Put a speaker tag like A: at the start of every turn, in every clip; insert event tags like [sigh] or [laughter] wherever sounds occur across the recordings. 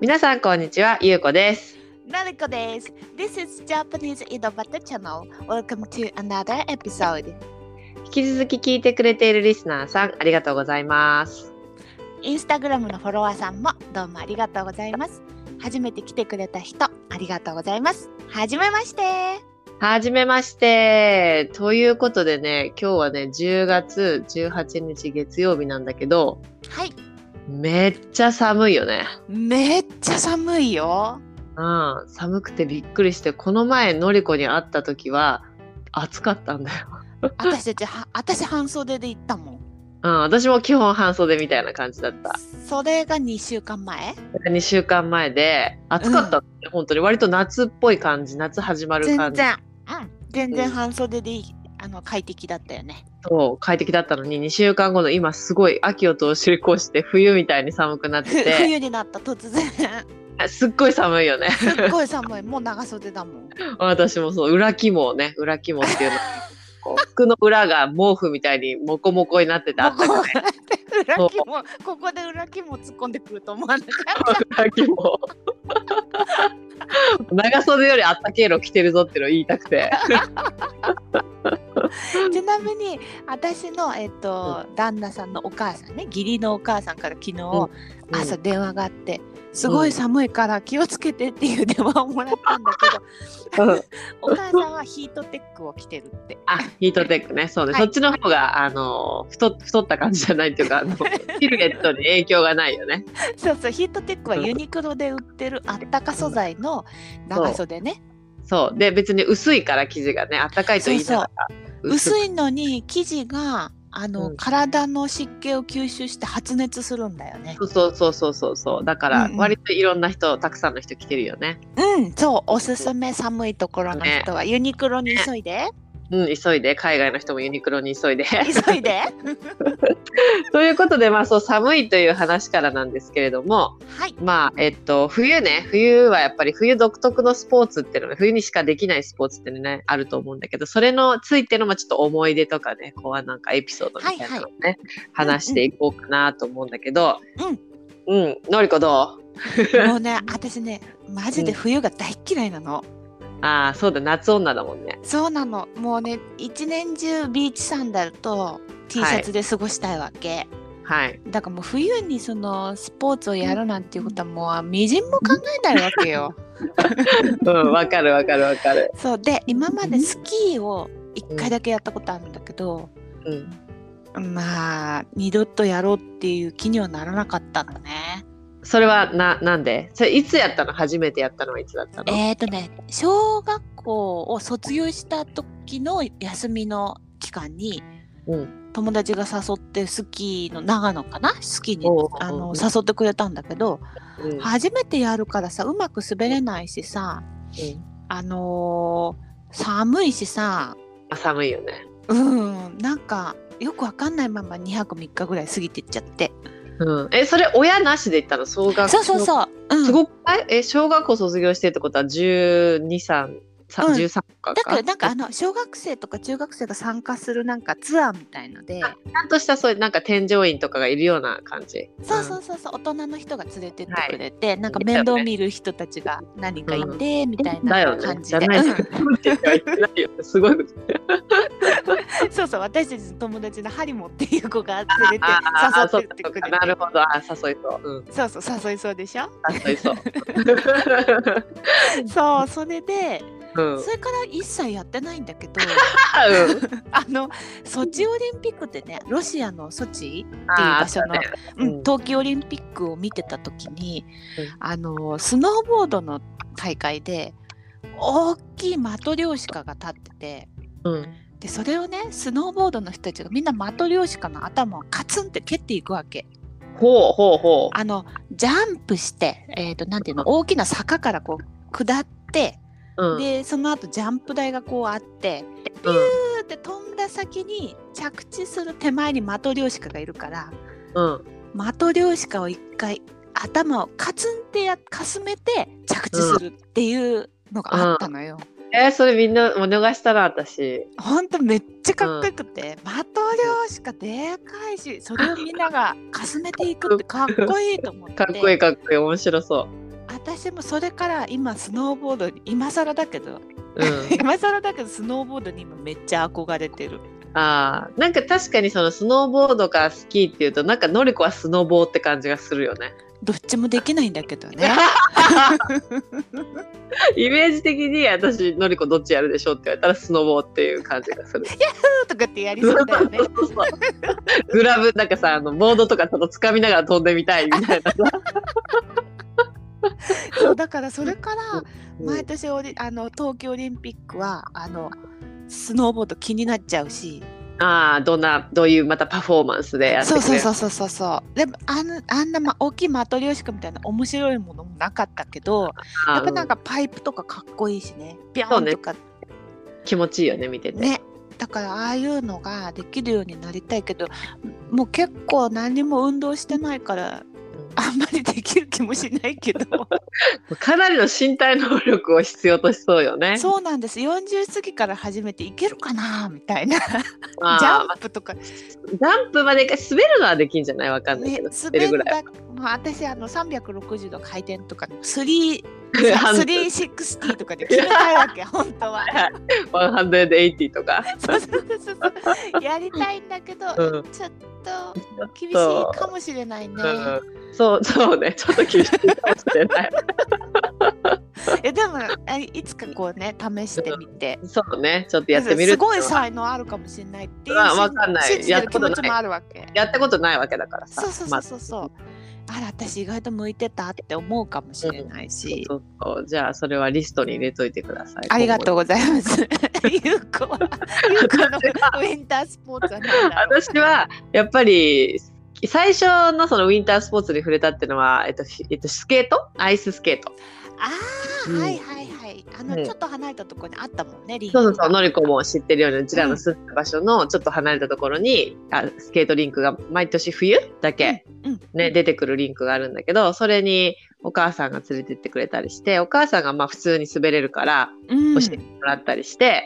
A: 皆さんこんにちは、ゆうこです。
B: Nariko days. This is Japanese Innovator Channel. Welcome to another episode.
A: 引き続き聞いてくれているリスナーさん、ありがとうございます。
B: インスタグラムのフォロワーさんもどうもありがとうございます。初めて来てくれた人、ありがとうございます。はじめまして。
A: はじめまして。ということでね、今日はね、10月18日月曜日なんだけど、
B: はい。
A: めっちゃ寒いよね。
B: めっちゃ寒い
A: [laughs]
B: よ。
A: うん、寒くてびっくりして、この前のりこに会った時は暑かったんだよ。
B: 私たちは、私半袖で行ったもん。
A: うん、私も基本半袖みたいな感じだった。
B: それが2週間前
A: 2週間前で暑かったのね、本当に割と夏っぽい感じ夏始まる
B: 全
A: 感じ
B: 然、うん、全然半袖でいいあの快適だったよね。
A: と快適だったのに2週間後の今すごい秋を通り越して冬みたいに寒くなっ
B: ふ
A: てて
B: 冬になった突然。
A: すっごい寒いよ [laughs] ね
B: すっごい寒い。もう長袖だもん。
A: 私もそう裏肝をね裏肝っていうのこう服の裏が毛布みたいにモコモコになっててあった
B: [laughs]
A: かい
B: 裏肝ここで裏肝突っ込んでくると思わなかっ
A: [laughs] 裏肝長袖よりあったけえの着てるぞっての言いたくて
B: たちなみに私の、えっと旦那さんのお母さんね義理のお母さんから昨日、朝電話があって「すごい寒いから気をつけて」っていう電話をもらったんだ [laughs] けど、
A: うんうん
B: お母さんはヒートテックを着てるって。
A: あ、ヒートテックね、そうね、
B: はい
A: そっちの方が、あの、太っ、太った感じじゃないっていうか、あの、シルエットに影響がないよね。
B: [laughs] そうそうヒートテックはユニクロで売ってるあったか素材の長袖ね。
A: そう、で、別に薄いから生地がね、あったかいといいながら。
B: 薄
A: い。
B: いのに生地があの、
A: うん
B: 体の湿気を吸収して発熱するんだよね。
A: そうそうそうそうそうそう、だか
B: う
A: ら
B: ん、うん
A: 割といろんな人、たくさんの人来てるよね。
B: うん、そう、おすすめ寒いところの人は、ユニクロに急いで、
A: うん、急いで、海外の人もユニクロに急いで。
B: 急いで。
A: [laughs] ということで、まあ、そう、寒いという話からなんですけれども。
B: [laughs] はい、
A: まあ、えっと、冬ね、冬はやっぱり冬独特のスポーツっていうのが、冬にしかできないスポーツっていうのね、あると思うんだけど、それのついての、まあ、ちょっと思い出とかね、こう、なんかエピソードみたいなのをね、話していこうかなと思うんだけど、うん、うん、のりこどう
B: もうね、私ね、マジで冬が大っ嫌いなの。
A: ああ、そうだ、夏女だもんね。
B: そうなの、もうね、一年中ビーチサンダルと T シャツで過ごしたいわけ。
A: はい。
B: だからもう冬にそのスポーツをやるなんていうことはもうみじんも考えないわけ [laughs] よ。
A: うん、わかるわかるわかる。
B: そうで今までスキーを一回だけやったことあるんだけど、
A: うん。
B: まあ二度とやろうっていう気にはならなかったんだね。
A: それは、な、なんでそれ、いつやったの初めてやったのはいつだったの
B: えー、とね小学校を卒業した時の休みの期間に
A: うん。
B: 友達が誘ってスキーの長野かなスキーに
A: おうおうおう
B: あの誘ってくれたんだけど
A: うん。
B: 初めてやるからさうまく滑れないしさ
A: うん
B: あのー寒いしさ
A: あ寒いよね。
B: うんなんかよくわかんないまま2泊3日ぐらい過ぎてっちゃって
A: うん。え、それ、親なしで行ったの小学校。
B: そうそうそう、うん、
A: すごくないえ、小学校卒業してってことは12、3、さ
B: うん
A: 13とかか。
B: だからなんかあの小学生とか中学生が参加するなんかツアーみたいので。
A: ちゃんとしたそういうなんか添乗員とかがいるような感じ。
B: そうそうそうそう、大人の人が連れてってくれて、なんか面倒見る人たちが何かいて、みたい
A: だよ
B: な
A: ね。
B: 感じ
A: じゃ
B: で、
A: ない [laughs] と。ないよねすごい。
B: うん [laughs] そうそう私たちの友達のハリモっていう子が連れて
A: ああ、あ
B: 誘
A: そ
B: っ
A: う
B: てって
A: か
B: くれて
A: なるほど。あ誘いそう。うん。
B: そうそう誘いそうでしょ、
A: 誘いそう。
B: [laughs] そうそれで
A: うん。
B: それから一切やってないん
A: [laughs]
B: だけど
A: あうん
B: あのソチオリンピックでねロシアのソチっていう
A: あ
B: 場
A: あそ
B: 所
A: う
B: の、
A: ね
B: うん
A: うん
B: 冬季オリンピックを見てた時に、
A: うん
B: あのスノーボードの大会で大きい的漁師家が立ってて
A: うん。
B: でそれをねスノーボードの人たちがみんな的漁師家の頭をカツンって蹴っていくわけ
A: ほうほうほう。
B: あのジャンプして、えー、となんていうの大きな坂からこう下って
A: うん。
B: でその後ジャンプ台がこうあって
A: うん
B: プーって飛んだ先に着地する手前に的漁師家がいるから
A: うん。
B: 的漁師家を一回頭をカツンってやかすめて着地するっていうのがあったのよ。
A: えーそれみんな見逃したな私。
B: ほんとめっちゃかっこよくて、的漁師家でかい [laughs] しそれをみんながかすめていくってかっこいいと思って
A: かっこいいかっこいい面白そ
B: 私もそれから今スノーボードに今更だけど、 [laughs]
A: う
B: 今更だけどスノーボードに今めっちゃ憧れてる。
A: ん、ああなんか確かにそのスノーボードかスキーっていうとなんかのりこはスノボーって感じがするよ
B: [laughs]
A: ね
B: どっちもできないんだけど [laughs] ね。
A: イメージ的に私のりこどっちやるでしょうって言われたらスノボーっていう感じがする
B: とかってやりそうだよ [laughs] ね。
A: そうそうグラブなんかさあのボードとかちょっと掴みながら飛んでみたいみたいなさ
B: [laughs] そうだからそれから
A: うん
B: 毎年オリあの東京オリンピックはあのスノーボード気になっちゃうし。
A: ああどんなどういうまたパフォーマンスでやって
B: そう
A: くれ
B: そう
A: る
B: そうそうそうそう。でもあのあんなま大きい的漁師みたいな面白いものもなかったけど、やっぱなん
A: か
B: かパイプとかかっこいいしね。ビョ
A: そう
B: ン
A: ね
B: とか
A: 気持ちいいよね見てて、
B: ねだからああいうのができるようになりたいけどもう結構何も運動してないからあんまりできる気もしないけど
A: うんかなりの身体能力を必要としそうよね
B: そうなんです40過ぎから始めていけるかなみたいなジ
A: まあ
B: ャンプとか、ね、
A: ジャンプまでか滑るのはできんじゃないわかんないけど、滑るぐらい
B: だまあ私あの360度回転とか3
A: ハンド
B: 360とかで決めたい
A: [laughs]
B: わけ本当は
A: ワンハンドエイティとか、
B: そうそうそうそうやりたいんだけど、
A: うん
B: ちょっと厳しいかもしれないね、
A: うんそうそうねちょっと厳しいかもしれない [laughs]
B: えでもあいつかこうね試してみて
A: そうねちょっとやってみる
B: すごい
A: っていうのは
B: 才能あるかもしれないっていう
A: まあわかんない
B: 信じて
A: やっ
B: る
A: た
B: 気
A: ことない
B: 持ちもあるわけ
A: やったことないわけだからさ
B: そうそう
A: ま
B: そう
A: あ
B: そうそう、あら私意外と向いてたって思うかもしれないし、
A: そうそうじゃあそれはリストに入れといてください
B: ありが
A: う
B: とうございます。 [laughs] ゆうこ
A: [laughs]
B: は、ゆうこのウィンタースポーツは何だろう。
A: 私はやっぱり最初のそのウィンタースポーツに触れたっていうのは、えっとひえっと、スケートアイススケート
B: ああ、
A: うん
B: はいはいはい。あの、
A: うん
B: ちょっと離れたところにあったもんね、リンク
A: そ
B: が
A: うそうそうのりこも知ってるようにうちらの住んだ場所のちょっと離れたところに、あスケートリンクが毎年冬だけ、
B: うん
A: ね出てくるリンクがあるんだけどそれにお母さんが連れてってくれたりしてお母さんがまあ普通に滑れるから
B: うん
A: 教えてもらったりして、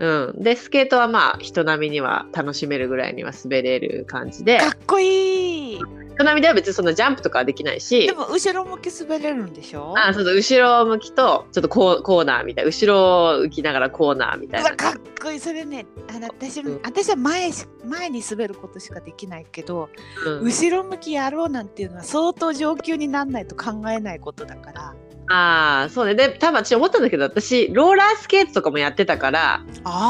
A: うんでスケートはまあ人並みには楽しめるぐらいには滑れる感じで
B: かっこいい。
A: 人並みでは別にそんなジャンプとかはできないし
B: でも、後ろ向き滑れるんでしょ
A: あそうそう後ろ向きとちょっとコーコーナーみたい後ろを浮きながらコーナーみたいうな
B: わかっこいいそれねあの私も
A: うん
B: 私は前し前に滑ることしかできないけど、
A: うん
B: 後ろ向きやろうなんていうのは相当上級になんないと考えないことだから
A: ああそうねで多分私思ったんだけど私ローラースケートとかもやってたから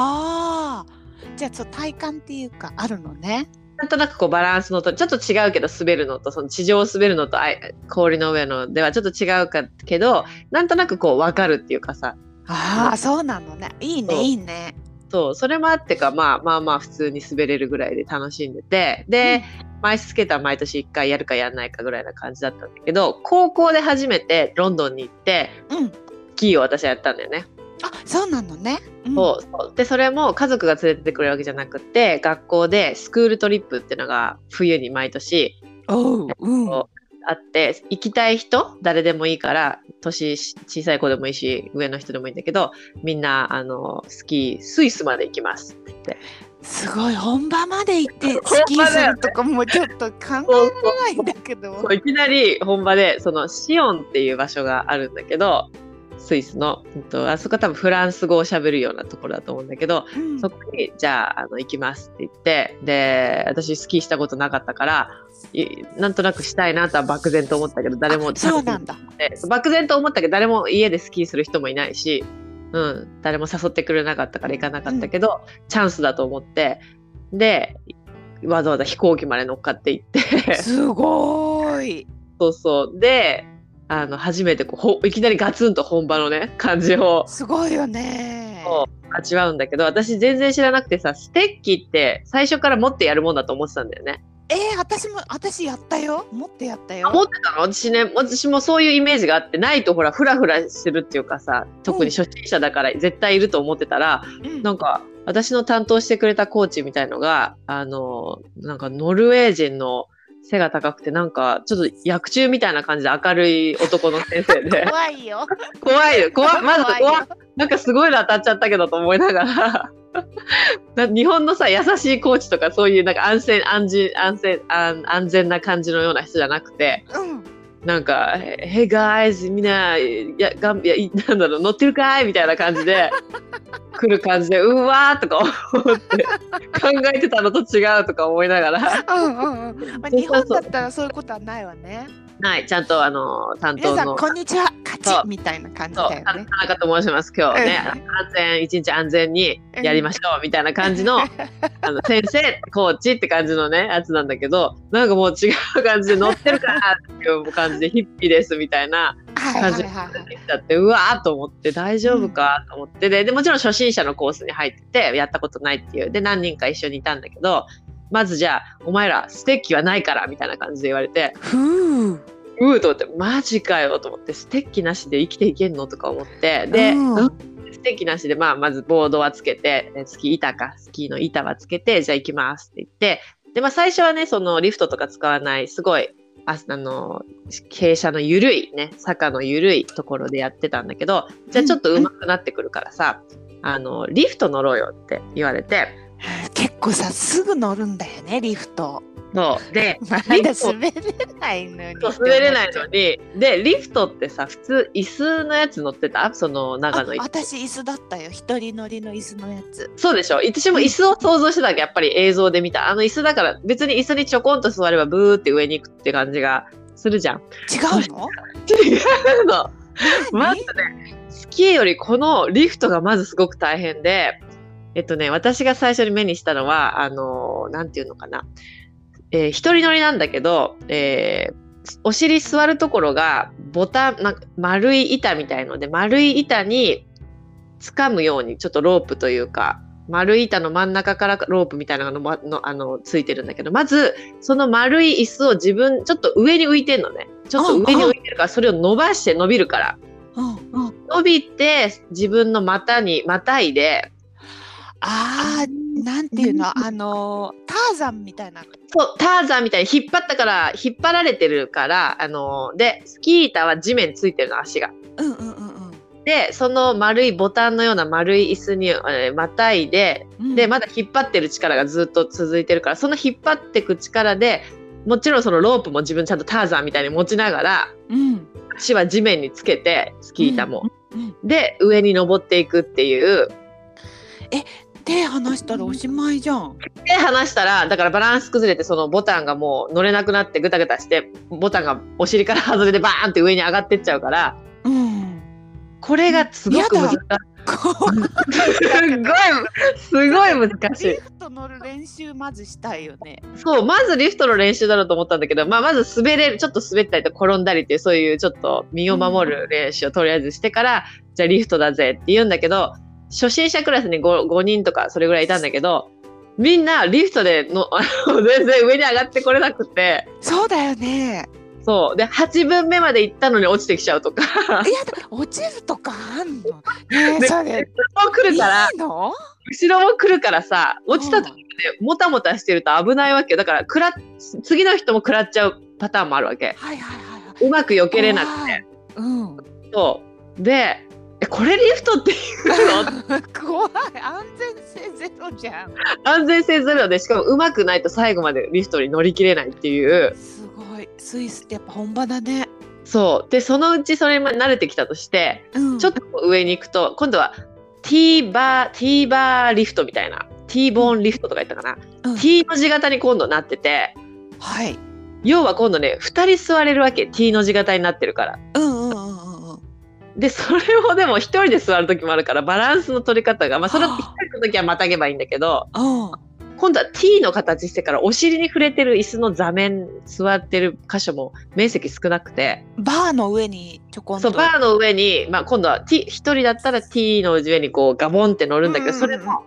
B: あーじゃあそう体感っていうかあるのね
A: なんとなくこうバランスのとちょっと違うけど滑るのとその地上を滑るのとあい氷の上のではちょっと違うかけどなんとなくこう分かるっていうかさ
B: ああそうなのねい
A: そ
B: い
A: う
B: ねいいね
A: そうそれもあってか、まあ、まあまあ普通に滑れるぐらいで楽しんでてで、アイススケートは毎年1回やるかやんないかぐらいな感じだったんだけど高校で初めてロンドンに行って
B: うん
A: スキーを私はやったんだよね。
B: あそうなのね、うん
A: そうそうでそれも家族が連れてってくれるわけじゃなくて学校でスクールトリップっていうのが冬に毎年
B: おううん
A: そうあって行きたい人誰でもいいから年し小さい子でもいいし上の人でもいいんだけどみんなあのスキースイスまで行きますって言って。
B: すごい本場まで行ってスキーするとかもちょっと考えられないんだけど
A: そういきなり本場でそのシオンっていう場所があるんだけどスイスの、うんと、あそこは多分フランス語をしゃべるようなところだと思うんだけど
B: うん
A: そこにじゃああの行きますって言ってで私スキーしたことなかったからいなんとなくしたいなとは漠然と思ったけど誰も
B: あそうなんだ
A: でそう漠然と思ったけど誰も家でスキーする人もいないし、うん、誰も誘ってくれなかったから行かなかったけど、チャンスだと思ってでわざわざ飛行機まで乗っかって行って。
B: すごーい
A: そうそう。で、あの、初めてこうほ、いきなりガツンと本場のね、感じを
B: すごいよね
A: こう味わうんだけど、私全然知らなくてさ、ステッキって最初から持ってやるもんだと思ってたんだよね。
B: えー、私も私やったよ持ってやった
A: あ
B: よ
A: 持ってたの私ね、私もそういうイメージがあって、ないとほら、フラフラするっていうかさ、特に初心者だから絶対いると思ってたら、
B: うん
A: なんか、私の担当してくれたコーチみたいのが、あの、なんかノルウェー人の背が高くて、なんか、ちょっと薬中みたいな感じで明るい男の先生
B: [laughs]
A: で。
B: 怖いよ
A: 怖いよ怖いまず怖い
B: よ
A: なんかすごいの当たっちゃったけどと思いながら [laughs] な日本のさ優しいコーチとかそういうなんか安全安心安全安安全な感じのような人じゃなくて
B: うん
A: なんか「Hey guys みんないやがんいやいなんだろう乗ってるかい?」みたいな感じで来る感じで「うわ!」とか思って考えてたのと違うとか思いなが
B: [laughs]
A: ら
B: うんうんうん。まあ、日本だったらそういうことはないわね。
A: はいちゃんとあの担
B: 皆
A: 当
B: さん
A: の
B: こんにちはカチ
A: そう
B: みたいな感じ
A: そう
B: だよ
A: 田
B: ね。
A: 中と申します今日ね
B: う
A: 安全一日安全にやりましょうみたいな感じのあの先生コーチって感じのねやつなんだけどなんかもう違う感じで乗ってるからっていう感じでヒッピーですみたいな
B: はいはいはいはい。
A: できちゃってうわーと思って大丈夫かと思ってででもちろん初心者のコースに入っててやったことないっていうで何人か一緒にいたんだけどまずじゃあお前らステッキはないからみたいな感じで言われて
B: ふう。
A: うーと思ってマジかよと思ってステッキなしで生きていけんのとか思ってで、
B: うん
A: うんステッキなしで、まあ、まずボードはつけてえスキー板かスキーの板はつけてじゃあ行きますって言ってで、まあ、最初はねそのリフトとか使わないすごいああの傾斜の緩いね坂の緩いところでやってたんだけどじゃあちょっと上手くなってくるからさ、あのリフト乗ろうよって言われて
B: 結構さすぐ乗るんだよねリフト。
A: そうで
B: まだ
A: リフト
B: 滑れないのに。
A: そう滑れないのにでリフトってさ普通椅子のやつ乗ってたその長
B: あ
A: 野行って
B: 私椅子だったよ一人乗りの椅子のやつ。
A: そうでしょ私も椅子を想像してたけどやっぱり映像で見たあの椅子だから別に椅子にちょこんと座ればブーって上に行くって感じがするじゃん
B: 違うの？
A: [laughs] 違うのま
B: 何
A: ずねスキーよりこのリフトがまずすごく大変でえっとね私が最初に目にしたのはあのなんていうのかな、えー一人乗りなんだけど、えーお尻座るところがボタンなんか丸い板みたいので丸い板に掴むようにちょっとロープというか丸い板の真ん中からロープみたいなのがののあのついてるんだけどまずその丸い椅子を自分ちょっと上に浮いてんのねちょっと上に浮いてるからそれを伸ばして伸びるから
B: うんうん。
A: 伸びて自分の股にまたいで
B: あーなんていうのあのーターザンみたいな。
A: そうターザンみたいに引っ張ったから引っ張られてるからあのでスキー板は地面ついてるの足が。
B: うんうんうん
A: でその丸いボタンのような丸い椅子に、えーまたいで
B: うん。
A: でまだ引っ張ってる力がずっと続いてるからその引っ張ってく力でもちろんそのロープも自分ちゃんとターザンみたいに持ちながら
B: うん。
A: 足は地面につけてスキー板も。
B: うん。
A: で上に登っていくっていう
B: 手離したらおしまいじゃん。
A: で話したらだからバランス崩れてそのボタンがもう乗れなくなってグタグタしてボタンがお尻から外れてバーンって上に上がってっちゃうから
B: うん。
A: これがすごく難しい
B: こう
A: すごいすごい難し
B: リ
A: い
B: フト乗る練習まずしたいよね。
A: そうまずリフトの練習だろうと思ったんだけど、まあ、まず滑れるちょっと滑ったりと転んだりっていうそういうちょっと身を守る練習をとりあえずしてから、じゃあリフトだぜって言うんだけど初心者クラスに 5, 5人とかそれぐらいいたんだけどみんなリフトでのあの全然上に上がってこれなくて。
B: そうだよね。
A: そうで8分目まで行ったのに落ちてきちゃうとか
B: いやだ落ちるとかあんの。ねえ
A: で
B: そ
A: 後
B: れ
A: ろも来
B: い
A: る
B: い
A: から
B: の？
A: 後ろも来るからさ落ちた時
B: うん
A: でもたもたしてると危ないわけよだからくら次の人も食らっちゃうパターンもあるわけ
B: はいはいはいは
A: うまく避
B: い。
A: けれなくて
B: 怖い。うん。
A: そうでえこれリフトっていう
B: [laughs]
A: の
B: 怖い安全性ゼロじゃん。
A: 安全性ゼロでしかもうまくないと最後までリフトに乗り切れないっていう
B: すごいスイスってやっぱ本場だね。
A: そうでそのうちそれに慣れてきたとして
B: うん。
A: ちょっと上に行くと今度はティーバーティーバーリフトみたいなティーボーンリフトとか言ったかな、
B: うん
A: T の字型に今度なってて
B: はい。
A: 要は今度ね2人座れるわけ T の字型になってるから
B: うんうんうんうんうん。
A: でそれをでも1人で座る時もあるからバランスの取り方がまあそれを1
B: はあ
A: 人の時はまたげばいいんだけど
B: うん。
A: 今度は T の形してからお尻に触れてる椅子の座面座ってる箇所も面積少なくて
B: バーの上にちょこん
A: そ
B: と。
A: うバーの上に、まあ、今度は T1 人だったら T の上にこうガボンって乗るんだけど、
B: うん
A: それも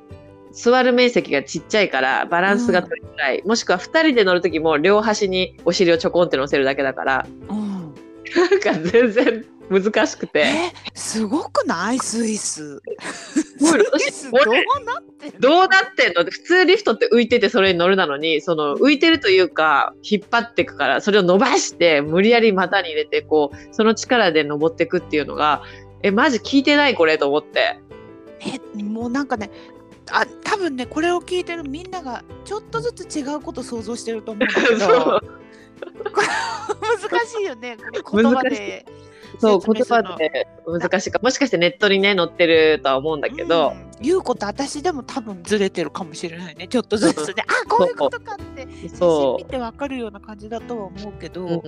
A: 座る面積がちっちゃいからバランスが取りづらい、もしくは2人で乗る時も両端にお尻をちょこんって乗せるだけだから
B: うん。
A: なんか全然難しくて
B: えすごくないスイス。
A: ごい
B: スイスどうなってる？
A: どうなってんの普通リフトって浮いててそれに乗るなのにその浮いてるというか引っ張ってくからそれを伸ばして無理やり股に入れてこうその力で登ってくっていうのがえマジ聞いてないこれと思って
B: えもうなんかねあ多分ねこれを聞いてるみんな
A: [laughs]
B: がちょっとずつ違うこと想像してると思うんだけ
A: そ
B: ど
A: う
B: [laughs] 難しいよね。言葉で。
A: そう
B: 説明
A: 言
B: する
A: 葉
B: の
A: で難しいかもしかしてネットにね載ってるとは思うんだけど、
B: うん、ゆうこと私でも多分ずれてるかもしれないね。ちょっとずつで、あ、こういうことかって、写
A: そ
B: 真見てわかるような感じだとは思うけど、
A: う、うん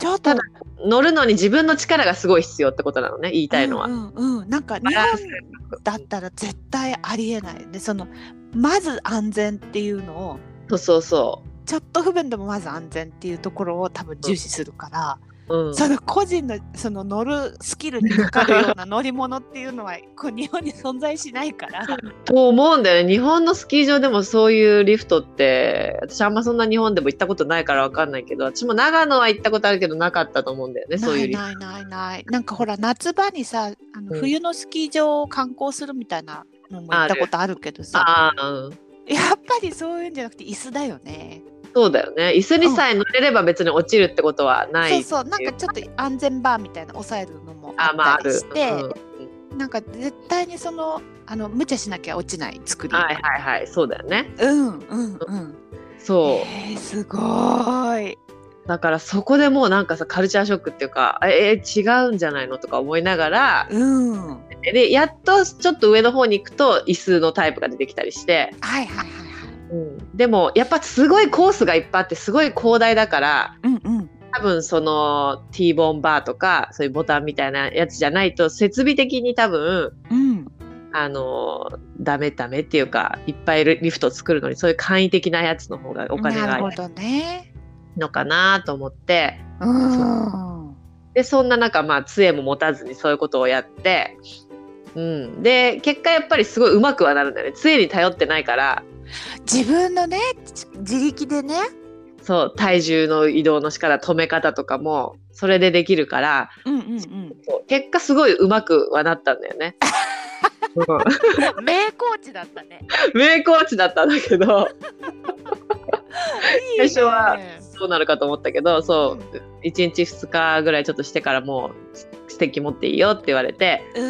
B: ちょっと
A: ただ乗るのに自分の力がすごい必要ってことなのね言いたいのは
B: う。んうんうん、なんか日
A: バ
B: 本
A: ランス
B: だったら絶対ありえないよね。そのまず安全っていうのを
A: そうそうそ
B: ちょっと不便でもまず安全っていうところを多分重視するから、
A: う。うん、
B: その個人のその乗るスキルにかかるような乗り物っていうのはこう日本に存在しないから。
A: と思うんだよね日本のスキー場でもそういうリフトって私あんまそんな日本でも行ったことないからわかんないけど私も長野は行ったことあるけどなかったと思うんだよねそういうリフト。
B: ないないないないなんかほら夏場にさあ
A: う
B: の
A: ん
B: 冬のスキー場を観光するみたいなのも行ったことあるけどさ
A: ああうん
B: やっぱりそういうんじゃなくて椅子だよね
A: そうだよね椅子にさえ乗れれば別に落ちるってことはない、
B: そうそうなんかちょっと安全バーみたいな抑えるのも
A: あまあ
B: あっ
A: あ
B: たり
A: る
B: して、
A: うん
B: なんか絶対にそのあの無茶しなきゃ落ちない作り、
A: はいはいはいそうだよね
B: うんうんうん
A: そう、
B: えー、すごーい
A: だからそこでもうなんかさカルチャーショックっていうかえー違うんじゃないのとか思いながら
B: うんはい
A: でやっとちょっと上の方に行くと椅子のタイプが出てきたりして、
B: はいはいはい
A: でもやっぱすごいコースがいっぱいあってすごい広大だから
B: うんうん
A: 多分その T ボンバーとかそういうボタンみたいなやつじゃないと設備的に多分
B: うん
A: あのダメダメっていうかいっぱいリフト作るのにそういう簡易的なやつの方がお金
B: な
A: が
B: る
A: い
B: ほ
A: い
B: どね
A: のかなと思って。
B: うん
A: でそんな中まあ杖も持たずにそういうことをやって、うん、で結果やっぱりすごいうまくはなるんだよね杖に頼ってないから
B: 自分のねち自力でね、
A: そう体重の移動の仕方止め方とかもそれでできるから
B: うんうんうん、
A: そう結果すごいうまくはなったんだよね。 [laughs] うん
B: 名コーチだったね。
A: 名コーチだったんだけど
B: いいね
A: 最初はそうなるかと思ったけどそう1日2日ぐらいちょっとしてからもうステッキ持っていいよって言われて
B: う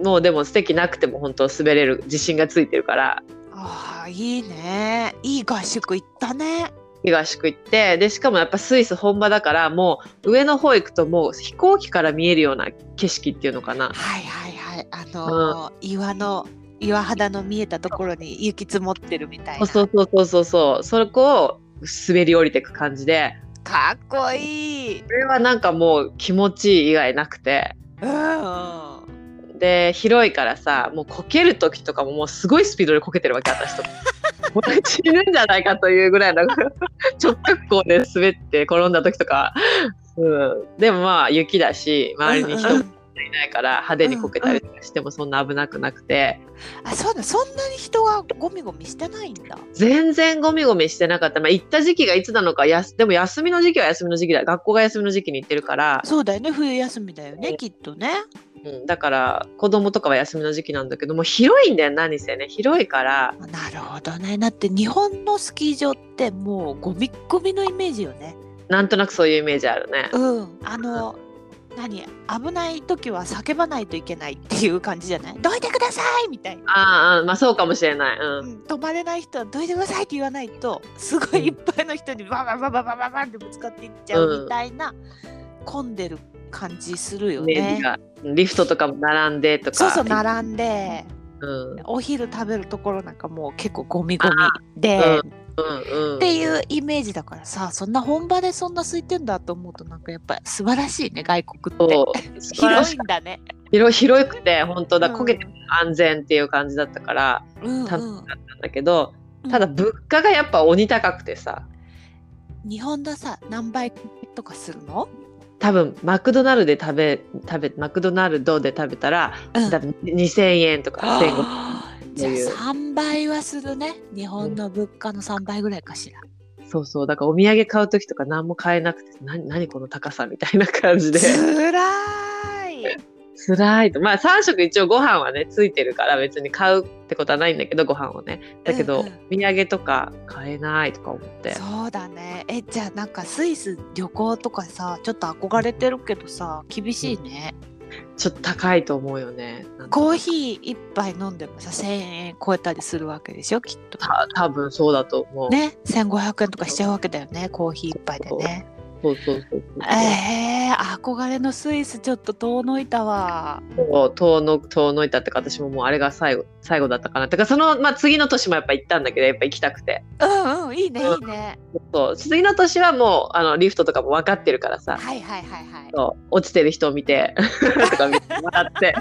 B: ん、
A: もうでもステッキなくても本当滑れる自信がついてるから
B: ああいいね、いい合宿行ったね。
A: 東宿行ってでしかもやっぱスイス本場だからもう上の方行くともう飛行機から見えるような景色っていうのかな
B: はいはいはい、あのー岩の岩肌の見えたところに雪積もってるみたい
A: そ
B: な。
A: うそうそうそうそうそうそこを滑り降りていく感じで
B: かっこいい。
A: これはなんかもう気持ちいい以外なくて
B: うん。
A: で広いからさもうこける時とかももうすごいスピードでこけてるわけ私
B: [laughs]
A: とか。もう死ぬんじゃないかというぐらいの [laughs] 直角行で滑って転んだ時とか、うん、でもまあ雪だし周りに人
B: うんう
A: も
B: ん
A: ないから派手にこけたりとかしてもそんな危なくなくて
B: あそうだ、そんなに人がゴミゴミしてないんだ。
A: 全然ゴミゴミしてなかった、まあ、行った時期がいつなのかやすでも休みの時期は休みの時期だ学校が休みの時期に行ってるから、
B: そうだよね、冬休みだよね、きっとね。
A: うん、だから子供とかは休みの時期なんだけどもう広いんだよ何せね広いから
B: なるほどね。だって日本のスキー場ってもうゴミゴミのイメージよね。
A: なんとなくそういうイメージあるね。
B: うん。あの、何危ない時は叫ばないといけないっていう感じじゃないどいてくださいみたいな。
A: あーあーまあそうかもしれない、う、
B: うんん、止まれない人はどいてくださいって言わないとすごいいっぱいの人にバババババババンってぶつかっていっちゃうみたいな、混んでる感じするよ
A: イメージ
B: ね。
A: がリフトとかも並んでとか
B: そうそう並んで
A: うんうん
B: お昼食べるところなんかもう結構ゴミゴミで、
A: うん
B: っていうイメージだからさそんな本場でそんな空いてんだと思うとなんかやっぱ素晴らしいね外国って
A: そう素晴ら
B: 広
A: し
B: い
A: い
B: んだね。
A: 広広くて本当だ
B: うん
A: こけても安全っていう感じだったから、
B: うん
A: 多
B: う
A: 分
B: ん
A: だったんだけど、
B: うん
A: ただ物価がやっぱ鬼高くてさ
B: 日本のさ何倍とかするの、
A: 多分マクドナルドで食べ食べマクドナルドで食べたら、
B: うん
A: 多分2000円とか1500円
B: あーじゃあ3倍はするね日本の物価の3倍ぐらいかしら。
A: そうそうだからお土産買う時とか何も買えなくて何何この高さみたいな感じで
B: つらい
A: 辛いとまあ3食一応ご飯はねついてるから別に買うってことはないんだけどご飯をねだけど、
B: うんうん
A: お土産とか買えないとか思って
B: そうだねえじゃあなんかスイス旅行とかさちょっと憧れてるけどさ厳しいね、
A: ちょっと高いと思うよねなんか
B: コーヒー1杯飲んでもさ1,000円超えたりするわけでしょきっと。
A: た多分そうだと思う、
B: ね、1500円とかしちゃうわけだよねコーヒー一杯でね。
A: そうそうそうそう。
B: ええ憧れのスイスちょっと遠のいたわ。
A: そう遠の遠のいたってか私ももうあれが最後最後だったかなてかその、まあ、次の年もやっぱ行ったんだけどやっぱ行きたくて
B: うんうんいいねいいね。
A: そう次の年はもうあのリフトとかも分かってるからさ
B: はいはいはいは
A: そう落ちてる人を見て [laughs] とか見て笑って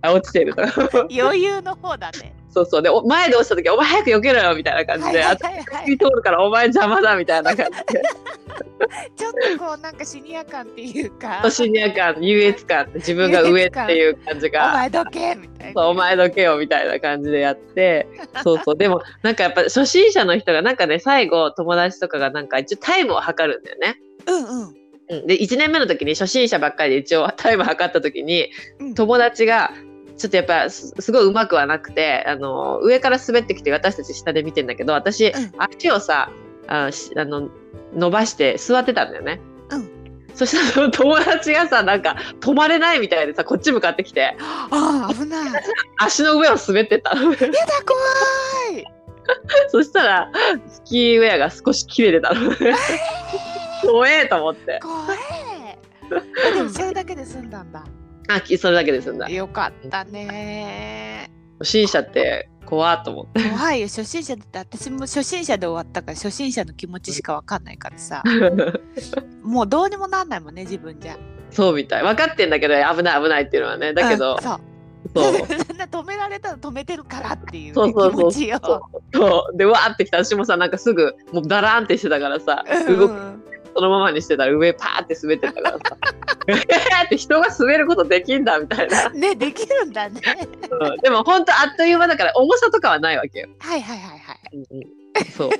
A: あ落ちて
B: [laughs]
A: るとか
B: い。余裕の方だね。
A: そうそうでお前で落ちた時「お前早く避けろよ」みたいな
B: は
A: 感
B: い
A: じ
B: は
A: で
B: い、はい
A: あ
B: は
A: 次
B: い。
A: 通るからお前邪魔だみたいな感じ
B: [laughs]
A: で
B: ちょっとこうなんかシニア感っていうか。
A: 年にやかん優越感自分が上っていう感じ
B: お [laughs]
A: が
B: 前どけみたい
A: そう
B: な。
A: お前どけよみたいな感じでや
B: [laughs]
A: ってそうそうでもなんかやっぱ初心者の人がなんかね最後友達とかがなんか一応タイムを測るんだよね。
B: うんうん。
A: うんで1年目の時に初心者ばっかりで一応タイム測った時に
B: うん
A: 友達がちょっとやっぱすすごいうまくはなくてあの上から滑ってきて私たち下で見てんだけど私、
B: うん
A: 足をさあのしあの伸ばして座ってたんだよね。
B: うん
A: そしたらその友達がさなんか止まれないみたいでさこっち向かってきて
B: ああ危ない。やだ
A: 足の上を滑ってた
B: 怖い。
A: [laughs] そしたらスキーウェアが少し切れてたの怖えと思って
B: 怖い。えでもそれだけで済んだんだ。
A: あきそれだけで済んだ初
B: よかったね。
A: 心者って怖っと思って
B: 怖いよ初心者だって私も初心者で終わったから初心者の気持ちしかわかんないからさもうどうにもなんないもんね自分じゃ
A: そうみたい分かってんだけど危ない危ないっていうのはねだけど
B: うんそう
A: そう
B: [laughs] そんな止められたら止めてるからっていう,、
A: そうそうそう
B: 気持ちよ
A: そうそうでわーってきた私もさなんかすぐもうダラーンってしてたからさ
B: うん
A: 動くそのままにしてたら上パーって滑ってたからさえーって人が滑ることできんだみたいな、
B: ねできるんだね
A: うんでもほんとあっという間だから重さとかはないわけよ、
B: はいはいはいはい
A: うんうんそう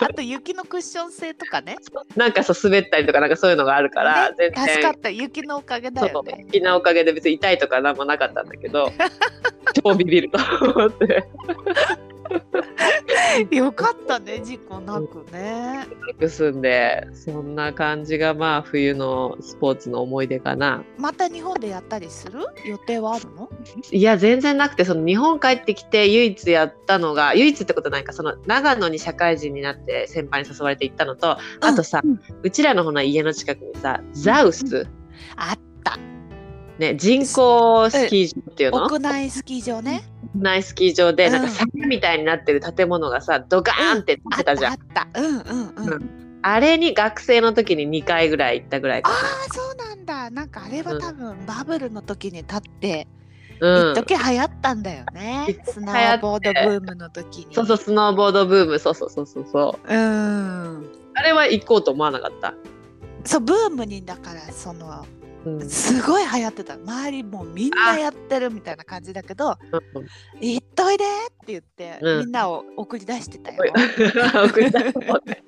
B: あと雪のクッション性とかね
A: なんかさ滑ったりとかなんかそういうのがあるから、
B: ね
A: 全然
B: 助かった雪のおかげだ
A: そ
B: よ
A: う
B: ね
A: 好きなおかげで別に痛いとかなんもなかったんだけ
B: [laughs]
A: ど超ビビると思って
B: よかったね事故なくね
A: 結んでそんな感じがまあ冬のスポーツの思い出かな
B: また日本でやったりする予定はあるの
A: いや全然なくてその日本帰ってきて唯一やったのが唯一ってことないかその長野に社会人になって先輩に誘われて行ったのとあとさ、
B: う
A: うんちらのほな家の近くにさザウス、
B: あった
A: ね、人工スキー場っていうの
B: 屋内スキー場ね
A: 内スキー場
B: う
A: で
B: ん
A: なんか坂みたいになってる建物がさドカーンって立ってたじゃん、
B: あったあったうんうんうん、
A: うんあれに学生の時に2回ぐらい行ったぐらい
B: あ
A: か
B: あそうなんだなんかあれは多分バブルの時に立って
A: な、うん、
B: 一時流行ったんだよね、
A: 一時
B: スノーボードブームの時に
A: そうそうスノーボードブームそうそうそうそうそう
B: うん
A: あれは行こうと思わなかった、
B: そうブームにだからその
A: うんうん
B: すごい流行ってた周りもうみんなやってるみたいな感じだけど
A: [laughs]
B: 「行っといで!」って言って、
A: うん
B: みんなを送り出してたよ
A: 送り出そうって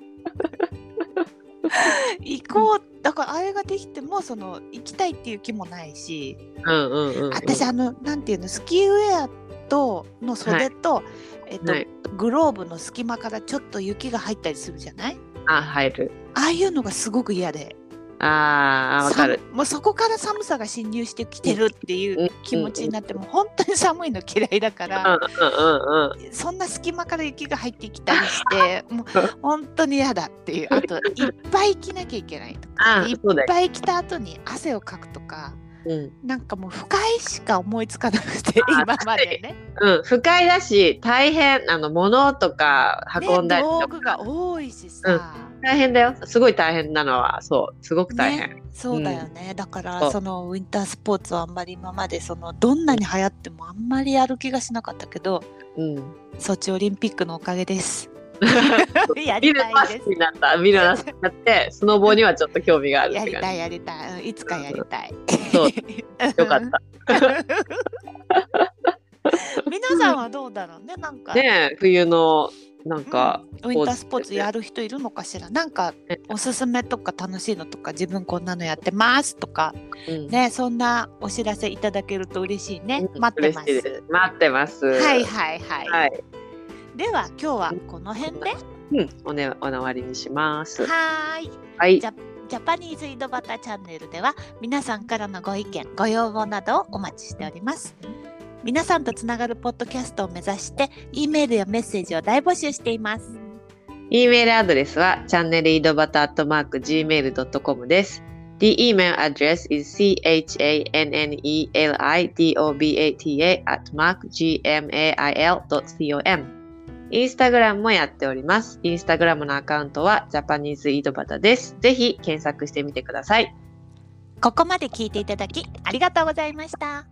B: 行こうだからあれができてもその行きたいっていう気もないし
A: うんうんうんうん
B: 私あのなんていうのスキーウェアとの袖と、えっと
A: はい
B: グローブの隙間からちょっと雪が入ったりするじゃない
A: あ入る
B: ああいうのがすごく嫌で
A: あーあわかる
B: さんもうそこから寒さが侵入してきてるっていう気持ちになってもう本当に寒いの嫌いだか
A: うん
B: ら
A: うんうんうん
B: そんな隙間から雪が入ってきた
A: [laughs]
B: りしてもう本当に嫌だっていうあといっぱい着なきゃいけないとか
A: [laughs] あ
B: いっ
A: そうだよ、
B: ぱい着た後に汗をかくとか
A: うん、
B: なんかもう不快しか思いつかなくて
A: あ
B: 今までね。
A: うん不快だし大変あの物とか運んだり
B: ね、道
A: と
B: 具
A: か、
B: が多いしさ、
A: 大変だよすごい大変なのはそうすごく大変、
B: そうだよね、だか
A: そ
B: ら
A: う
B: そのウィンタースポーツはあんまり今までそのどんなに流行ってもあんまりやる気がしなかったけど
A: うん
B: ソチオリンピックのおかげです
A: [laughs]
B: や
A: ビ
B: り
A: ル
B: た
A: マ
B: い
A: ス
B: で
A: になったビルマスにな
B: [laughs]
A: ってスノボにはちょっと興味があ
B: す
A: る
B: や
A: って
B: り
A: 感
B: たいやりたい、うんいつかやりたい
A: そうじよかっ
B: [laughs] 皆さんはどうだろうねなんか
A: たねえ冬のなんか、
B: ウィンタースポーツやる人いるのかしらなんか
A: ね
B: おすすめとか楽しいのとか自分こんなのやってますとか
A: うん
B: ねそんなお知らせいただけると嬉しいね、
A: うん
B: 待ってます
A: 嬉しいです待ってます
B: はいはいはい、
A: はい
B: では今日はこの辺で
A: うんおねお終わりにします
B: はーい
A: はい
B: じゃジャパニーズ井戸端チャンネルでは皆さんからのご意見ご要望などをお待ちしております皆さんとつながるポッドキャストを目指して E メールやメッセージを大募集しています
A: E メールアドレスはチャンネル井戸端アットマーク Gmail.com です。The email address is chanelidobata at mark gmail.com インスタグラムもやっております。インスタグラムのアカウントはジャパニーズ井戸端です。ぜひ検索してみてください。
B: ここまで聞いていただきありがとうございました。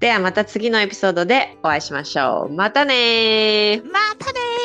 A: ではまた次のエピソードでお会いしましょう。またねー
B: またねー